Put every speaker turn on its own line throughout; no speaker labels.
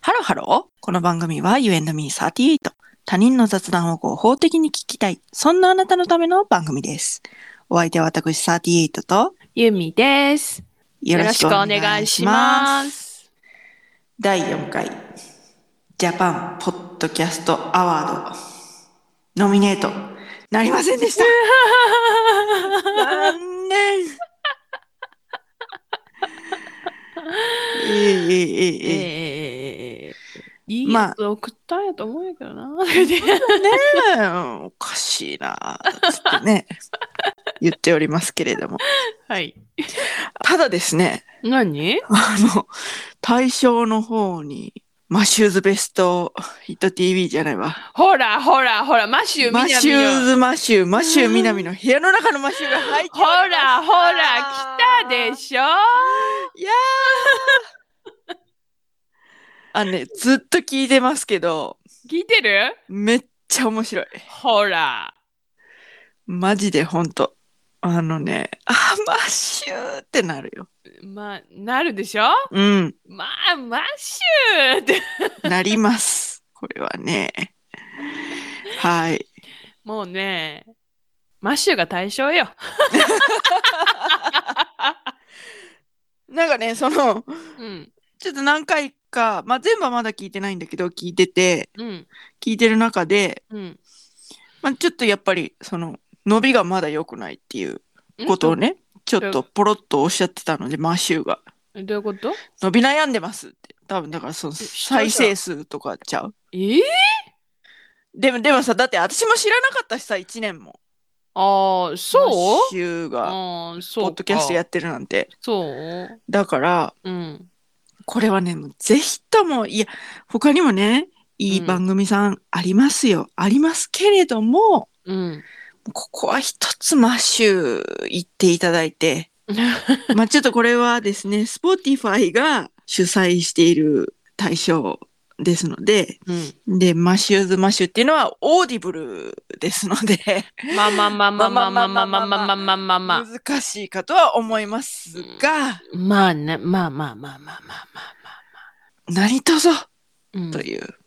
ハローこの番組は You and me38 他人の雑談を合法的に聞きたいそんなあなたのための番組ですお相手は私38と
ゆみです。
よろしくお願いします
す。
第4回ジャパンポッドキャストアワードノミネートなりませんでした残念 えええええ
え
え
えいい
ま
やつ送ったんやと思うんやけ どな。
ねえ、おかしいな、つってね、言っておりますけれども。
はい。
ただですね、
何
あの、大賞の方に、マシューズベストヒット TV じゃないわ。
ほらほらほら、マシュー
マ
みなみ
シ
よ。
ューズ、マシュー、マシュー、みなみの部屋の中のマシューが入ってお
ほ
りま
ら
す
ほら、来たでしょ
いやーあのね、ずっと聞いてますけど、
聞いてる
めっちゃ面白い。
ほら。
マジでほんと。あのね、あ、マシューってなるよ。
まあ、なるでしょ
うん。
まあ、マシューって。
なります。これはね。はい。
もうね、マシューが対象よ。
なんかね、その、
うん。
ちょっと何回か、まあ、全部はまだ聞いてないんだけど、聞いてて、
うん。
聞いてる中で、
うん。
まあ、ちょっとやっぱり、その、伸びがまだ良くないっていうことをね、ちょっとポロッとおっしゃってたので、マーシューが、
どういうこと
伸び悩んでますって。多分、だからその、再生数とかちゃう。
えー、
でも、でもさ、だって私も知らなかったしさ、1年も。
ああ、そう
マーシューが、
ああ、そ
ポ
う
ッドキャストや
っ
ってるなんて。
そう
だから、
うん。
これはね、もうぜひとも、いや、他にもね、いい
うん
番組さんありますよ。ありますけれども、
うん。
ここは一つマッシュ行っていただい て、まあちょっとこれはですね、Spotify が主催している対象ですので、
うん。
で、マッシューズマッシュっていうのはオーディブルですので、
まあまあまあまあまあまあまあまあまあまあまあまあ。
難しいかとは思いますが、
まあね、まあまあまあまあまあまあまあ
何卒
まあ。
という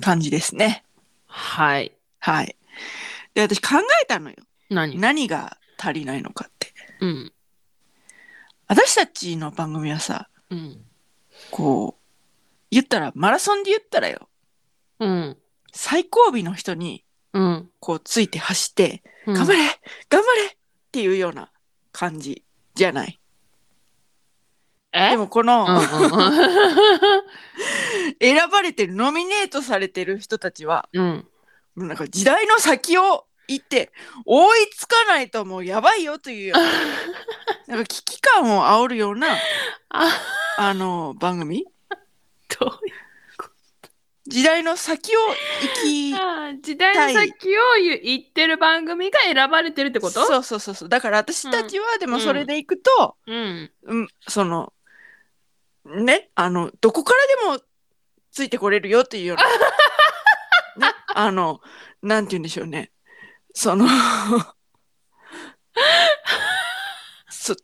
感じですね。
はい。
はい。で、私考えたのよ。
何
何が足りないのかって。
うん。
私たちの番組はさ、
うん。
こう、言ったら、マラソンで言ったらよ、
うん。
最後尾の人に、
うん。
こう、ついて走って、頑張れ頑張れっていうような感じじゃない。
え
でも、この、
う
選ばれてる、ノミネートされてる人たちは、
ん。 うん。
もうなんか時代の先を行って、追いつかないともうやばいよというような、なんか危機感を煽るような、
あ、
あの、番組
どう
時代の先を行き
あ時代の先を言言ってる番組が選ばれてるってこと
そうそうそうそうだから私たちはでも
うん
それで行くと、
うん。
うんそのねあのどこからでもついてこれるよっていうよう な、ね、あのなんて言うんでしょうねそのそ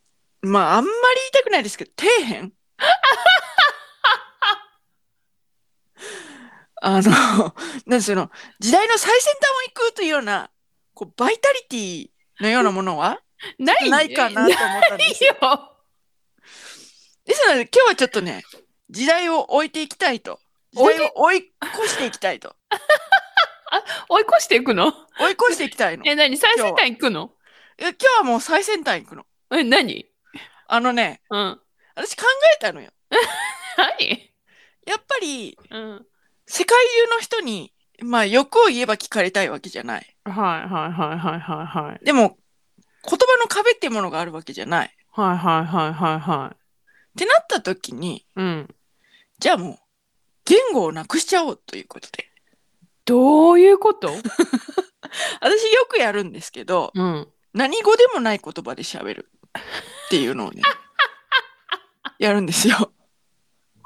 まああんまり言いたくないですけど底 辺あのなんその時代の最先端を行くというようなこうバイタリティのようなものは
ない
ないかなと思ったん
な
で
い
すよ。
よ。
ですので今日はちょっとね時代を置いていきたいと時代を追い越していきたいと
追い越していくの
追い越していきたいの。え
え、何最先端行くの
今日はもう最先端行くの。
え、何
あのね
うん。
私考えたのよ。
何
やっぱり
うん。
世界中の人にまあ欲を言えば聞かれたいわけじゃない。
はいはいはいはいはいはい。
でも言葉の壁っていうものがあるわけじゃない。っ
はいはいはいはいは
てなった時に
い。うん。
じゃあもう言語をなくしちゃおうということで
どういうこと
私よくやるんですけど
うん。
何語でもない言葉で喋るっていうのをねやるんですよ。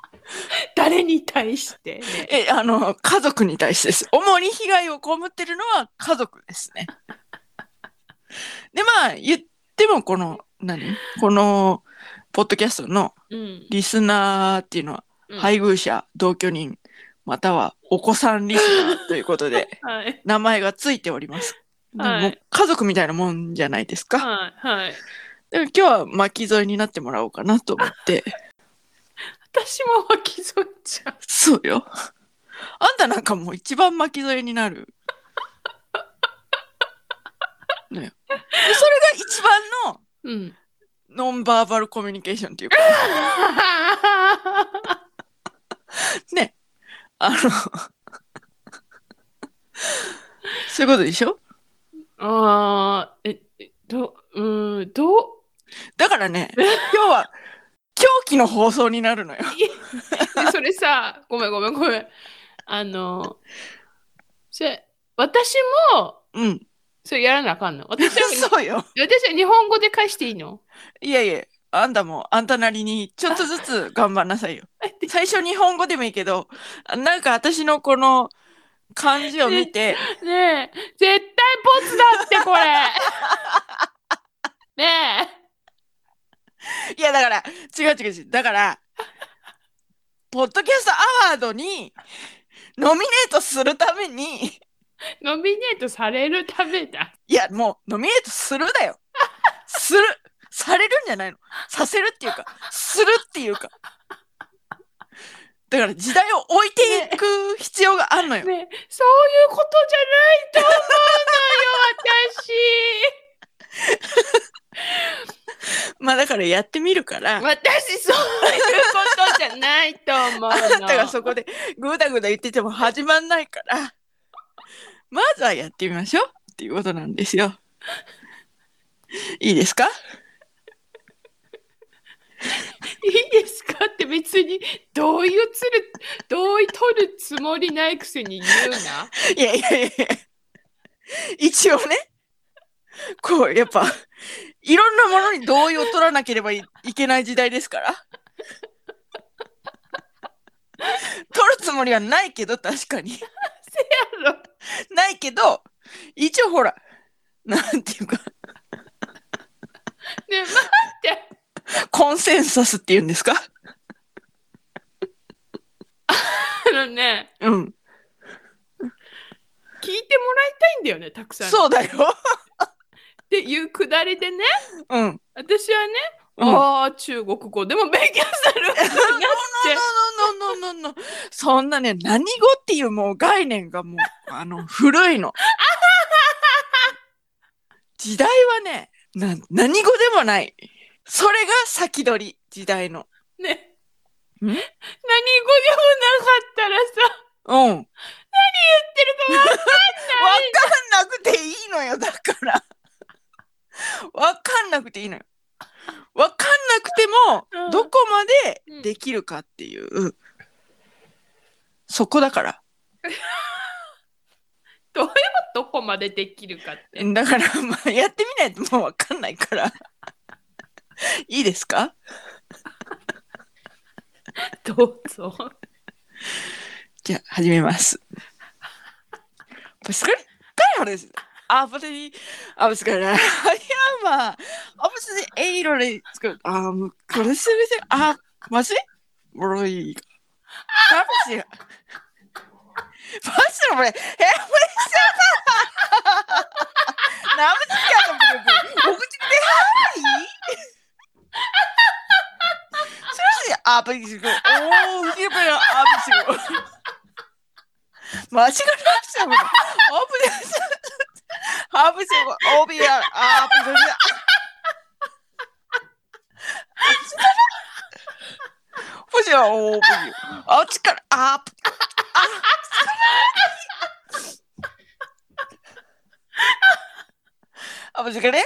誰に対して、ね、
えあの家族に対してです主に被害を被ってるのは家族ですね。でまあ言ってもこの何このポッドキャストの
うん。
リスナーっていうのは
うん
配偶者、同居人、またはお子さんリスナーということで、
はい。
名前がついております。でも
はい
もう家族みたいなもんじゃないですか。
はい。はい。
でも今日は巻き添えになってもらおうかなと思って。
私も巻き添えちゃう。
そうよ。あんたなんかもう一番巻き添えになる。ね、それが一番の
うん。
ノンバーバルコミュニケーションっていうか、ね。あの、そういうことでしょ
ああ、え、えど、うーん、どう、
だからね、今日は狂気の放送になるのよ。
でそれさ、ごめんごめんごめん。あの、それ、私も、
うん。
それやらなあかん の。私は、
そうよ。
私は日本語で返していいの
いやいや、あんたもあんたなりにちょっとずつ頑張んなさいよ。最初日本語でもいいけど、なんか私のこの漢字を見て、
ねえ、絶対ボツだって、こ れ。ね
いやだから、違う違う違う。だから、ポッドキャストアワードにノミネートするために、
え、ノミネートされるためだ。
いや、もう、ノミネートするだよ。する。されるんじゃないの。させるっていうか、するっていうか。だから時代を置いていく必要があるのよ。
ねえ、そういうことじゃないと思うのよ、
まあだからやってみるから、あ
私。 私、そういうことじゃないと思うの。
なたがそこでぐだぐだ言ってても始まんないから、まずはやってみましょうっていうことなんですよ。いいですか
いいですかって別に同意をつる同意取るつもりないくせに言 うな。
いやいやいやいや一応ね、こう、やっぱ、いろんなものに同意を取らなければいいけない時代ですから。取るつもりはないけど、確かに。ないけど、一応ほら、なんていうか、
ねえ待って
コンセンサスっていうんですか
あのね
うん。
聞いてもらいたいんだよねたくさん。
そうだよ。
っていうくだりでね
うん。うん。
私はね、
ノ
ああ中国語でも勉強す ることになって
ノノノノノそんなね、何語っていうもう概念がもう、あの、古いの。 時代はね、な何語でもない。それが先取り、時代の。
ね
ん
何語でもなかったらさ
うん。わかん
言ってるか
なくていいのよ、だから。わかんなくていいのよ。わかんなくて
う
も、
ん
どこまでできるかっていう、そこだから。
らどこまでできるかって。
だから、まあ、やってみないともうわかんないから。いいですか
どうぞ。
じゃあ、始めます。ぶつかりかいです。あ、ぶつかり、あ、ぶつかり、あ、やば。あ、ぶつかり、えいろれ、つく、あ、む、これすみせん。あ、まじもろい。あ、ぶつかマジで俺、え、これしちゃった。なぶつかり、お口で、はい。それし、あ、ぶつかり、おー、うちぶら、あ、ぶつかり。間違えましたもん。オープンです。ハーブセブン、オービア、アープル。不行、オープン。あっちから、アップ。あ、ぶつかれ。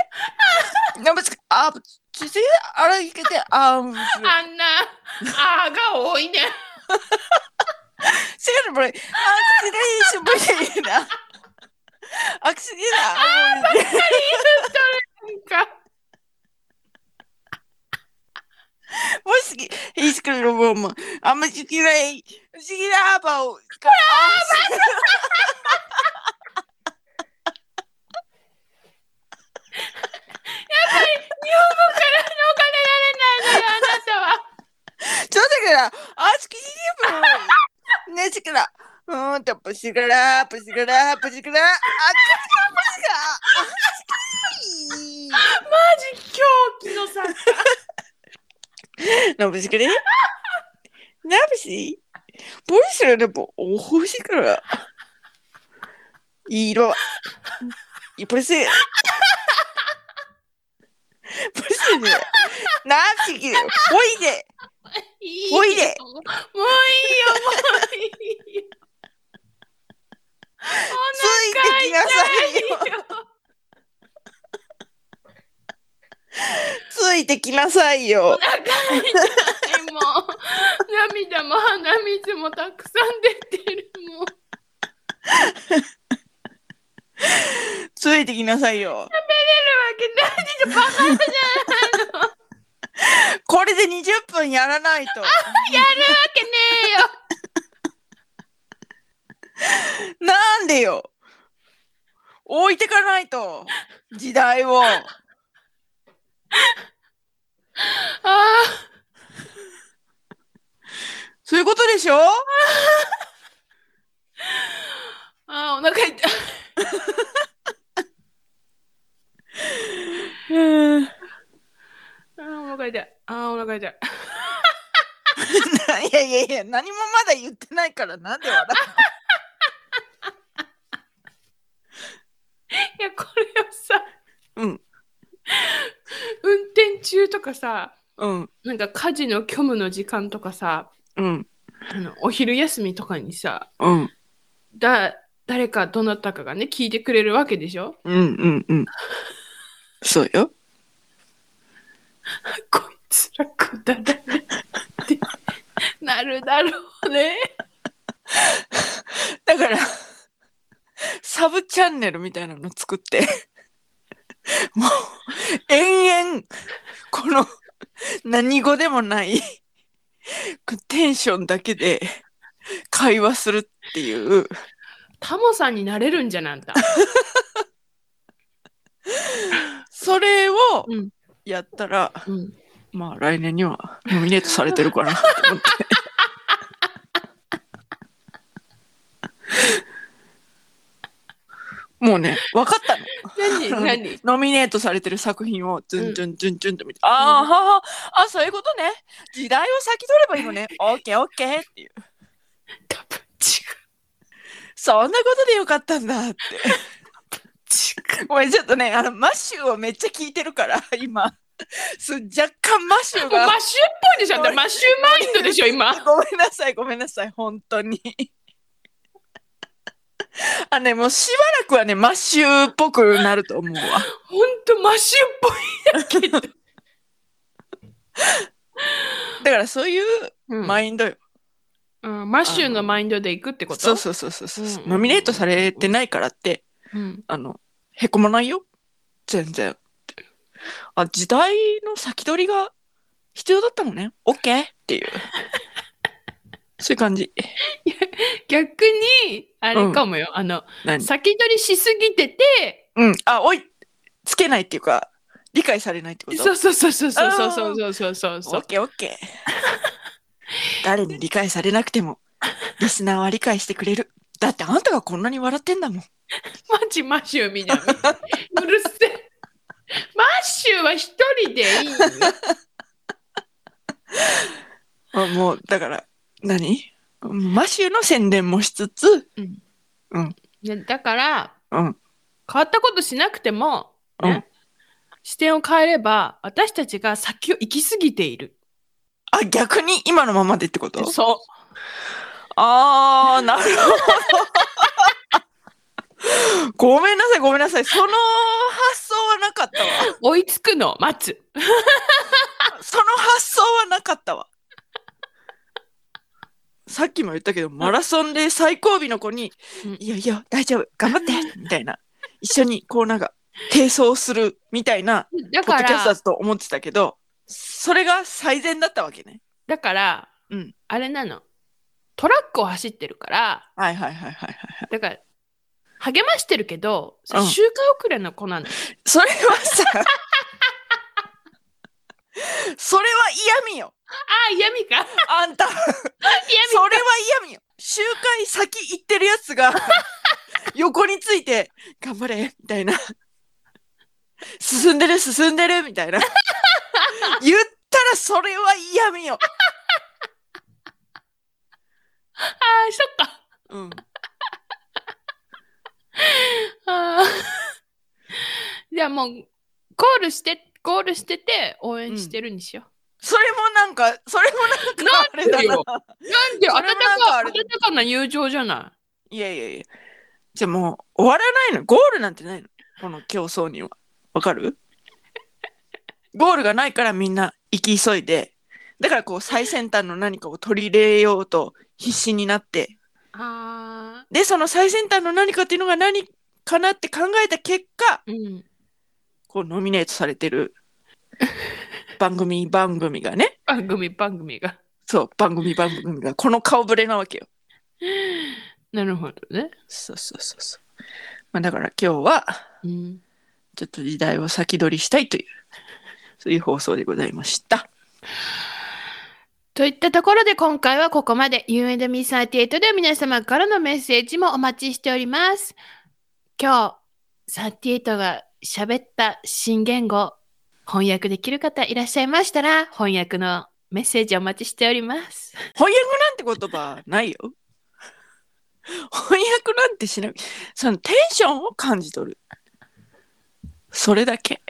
なぶつか、あ、ちせ、あら、いけて、あ、ぶつかれ。
あんなあーが多いね。
せやろ、これ。あ、つれ、しぶいな。あ、くすぎだ。
なんか
もし、いつからもう、もう、あんま好きない、不思議なアーバーを。あ
日本語から逃れられないのよあなたは。
ー、ちょっだから、あつきにね、ねしから、うーんと、ぷしから、ぷしから、ぷしから、あつきから、ぷしから、あ
マジ狂気のさ
つきのぶしくれ。なぶし、ぽいしらでも、おほしから。いいろ。いぽいし。ぽいしね。なぶしき、ぽいで。
い
おいで
もういいよもういいよ
ついてきなさいよ。
お腹痛いよ
ついてきなさい
お
よ。
腹痛いもう涙も鼻水もたくさん出てるもう
ついてきなさいよ。
出るわけないでしょバカじゃないのわ
これで20分やらないと。
けねえよ
なんでよ。置いてかないと。時代を。
あ
そういうことでしょ
ーあーお腹痛い
うん。
あーお腹痛いあーお腹痛い
いやいやいや、何もまだ言ってないから、なんで笑
いやこれをさ
ううん。
運転中とかさ
うん。
なんか家事の虚無の時間とかさ
うん。
あのお昼休みとかにさ
うん。
だ誰かどなたかがね聞いてくれるわけでしょ
うん。うん。うん。そうよ。
こいつらくだらねってなるだろうね
だから、サブチャンネルみたいなの作って、 もう、延々、この、何語でもない、テンションだけで会話するっていう、
タモさんになれるんじゃなんだ
それを
うん
やったら、
うん
まあ来年にはノミネートされてるかなと 思って。もうね、分かったの。
何何
ノミネートされてる作品をズンズンズンズンと見て、ああ、ははあ、そういうことね。時代を先取ればいいのね。オッケーオッケーっていう。
多分違
そんなことでよかったんだって。
う違う
ごめん、ちょっとね、あの、マッシュをめっちゃ聞いてるから、今。そう若干マッシュ
もう
が
マ。ッシュっぽいでしょあんたマッシュマインドでしょ今
ごめんなさい、ごめんなさい、本当に。 あね、もうしばらくはね、マッシュっぽくなると思うわ。
ほんとマッシュっぽいだけど、
だからそういう
うん
マインドよ。
うんマッシュのマインドでいくってこと
そうそうそうそうそう、
うん
ノミネートされてないからって、
うん
あの、へこまないよ。全然。あ、時代の先取りが必要だったのね。オッケーっていう。そういう感じ。
逆にあれかもよ、あの
何
先取りしすぎてて
うん。あ、おい、つけないっていうか、理解されないってこと
そうそうそうそうそうそう
あ
そうそうそう
オ
そう
ッケーオッケー。誰に理解されなくても、リスナーは理解してくれる。だってあんたがこんなに笑ってんだもん。
マジマッシュみたいなうるせえマッシュは一人でいいよ
あもう、だから、何マシューの宣伝もしつつ、
ねだから
うん、
変わったことしなくても、ね
うん
視点を変えれば私たちが先を行き過ぎている
あ、逆に今のままでってこと
そう
あー、なるほど。 ごめんなさい、ごめんなさい。その発想はなかったわ。
追いつくのを待つ
その発想はなかった わ。さっきも言ったけど、マラソンで最後尾の子に
うん、
いやいや、大丈夫、頑張って、みたいな。一緒に、こうなんか、並走するみたいな、
だ
ポッ
か
ドキャスト
ら
だと思ってたけど、それが最善だったわけね。
だから、
うん
あれなのトラックを走ってるから
はいはいはいはいはい。
だから励ましてるけど、それ
うん
周回遅れの子なんだよ
それはさ、それは嫌味よ
あ、嫌味か。
あんた
嫌
それは嫌味よ集会先行ってるやつが横について「頑張れ」みたいな「進んでる進んでる」みたいな言ったらそれは嫌味よ、
味。あー、そっか。
うん、
あー じゃあもう、コールして、コールしてて応援してるにしよ
それもなんかそれもなんかあれだ
なんでよ
な
う。なんで
そ
温
れ
か
もなんかあれ
温かな友情じゃない
やいやいやじゃあもう終わらないのゴールなんてないのこの競争にはわかるゴールがないからみんな行き急いでだからこう最先端の何かを取り入れようと必死になって
い。あ
でその最先端の何かっていうのが何かなって考えた結果
ーうん。
こうノミネートされてる番組番組がね
番組番組が。
そう番組番組がこの顔ぶれなわけよ
なるほどね。
そうそうそうそう、まあ、だから今日は
うん。
ちょっと時代を先取りしたいというそういう放送でございました
といったところで今回はここまで U&Me38 では皆様からのメッセージもお待ちしております。今日38が喋った新言語翻訳できる方いらっしゃいましたら翻訳のメッセージお待ちしております。
翻訳なんて言葉ないよ翻訳なんてしないそのテンションを感じ取るそれだけ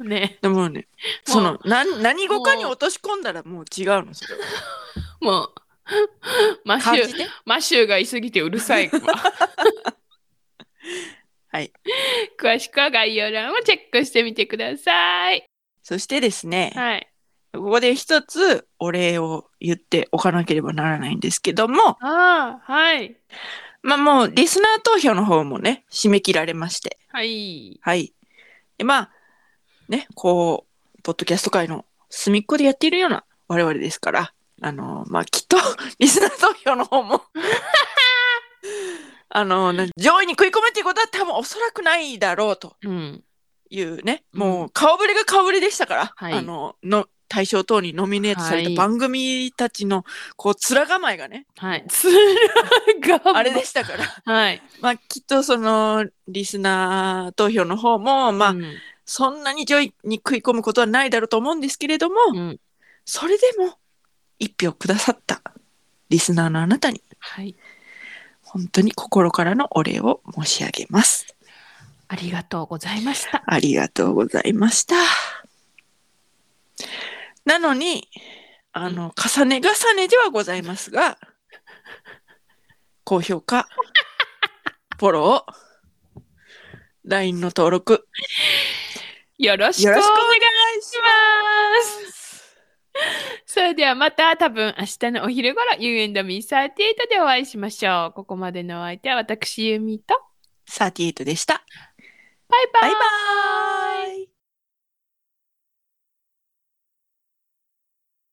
ね
でもね、
も
そうの、な、何語かに落とし込んだらもう違うの、それは。
もう マシ
感
ュ
じて。
マシューがいすぎてうるさ いわ
はい
詳しくは概要欄をチェックしてみてください。
そしてですね、
はい。
ここで一つお礼を言っておかなければならないんですけども、
ああ、はい。
まあもうリスナー投票の方もね、締め切られまして、
はい。
はい。で、まあ、ね、こう、ポッドキャスト界の隅っこでやっているような我々ですから、あの、まあきっと リスナー投票の方も、あの、な上位に食い込むっていうことは多分おそらくないだろうと。
うん。
いうね、
うん
もう顔ぶれが顔ぶれでしたから、
はい
あのの大賞等にノミネートされた
はい
番組たちのこう面構えがね、
はい。つらが
あれで。したから、
はい。
まあきっとそのリスナー投票の方も、まあ、
うん
そんなに上位に食い込むことはないだろうと思うんですけれども、
うん
それでも一票くださったリスナーのあなたに
はい。
本当に心からのお礼を申し上げます。
ありがとうございました。
ありがとうございました。なのに、あの、重ね重ねではございますが、高評 価、フォロー、LINE の登録、
よろしくお
よ
願
ろ
い
し
し
くお願
ます。それではまた多分明日のお昼頃 You and me38 でお会いしましょう。ここまでのお相手は私ユーミーと
38でした。
バイバ
バイバ
イ
ーイ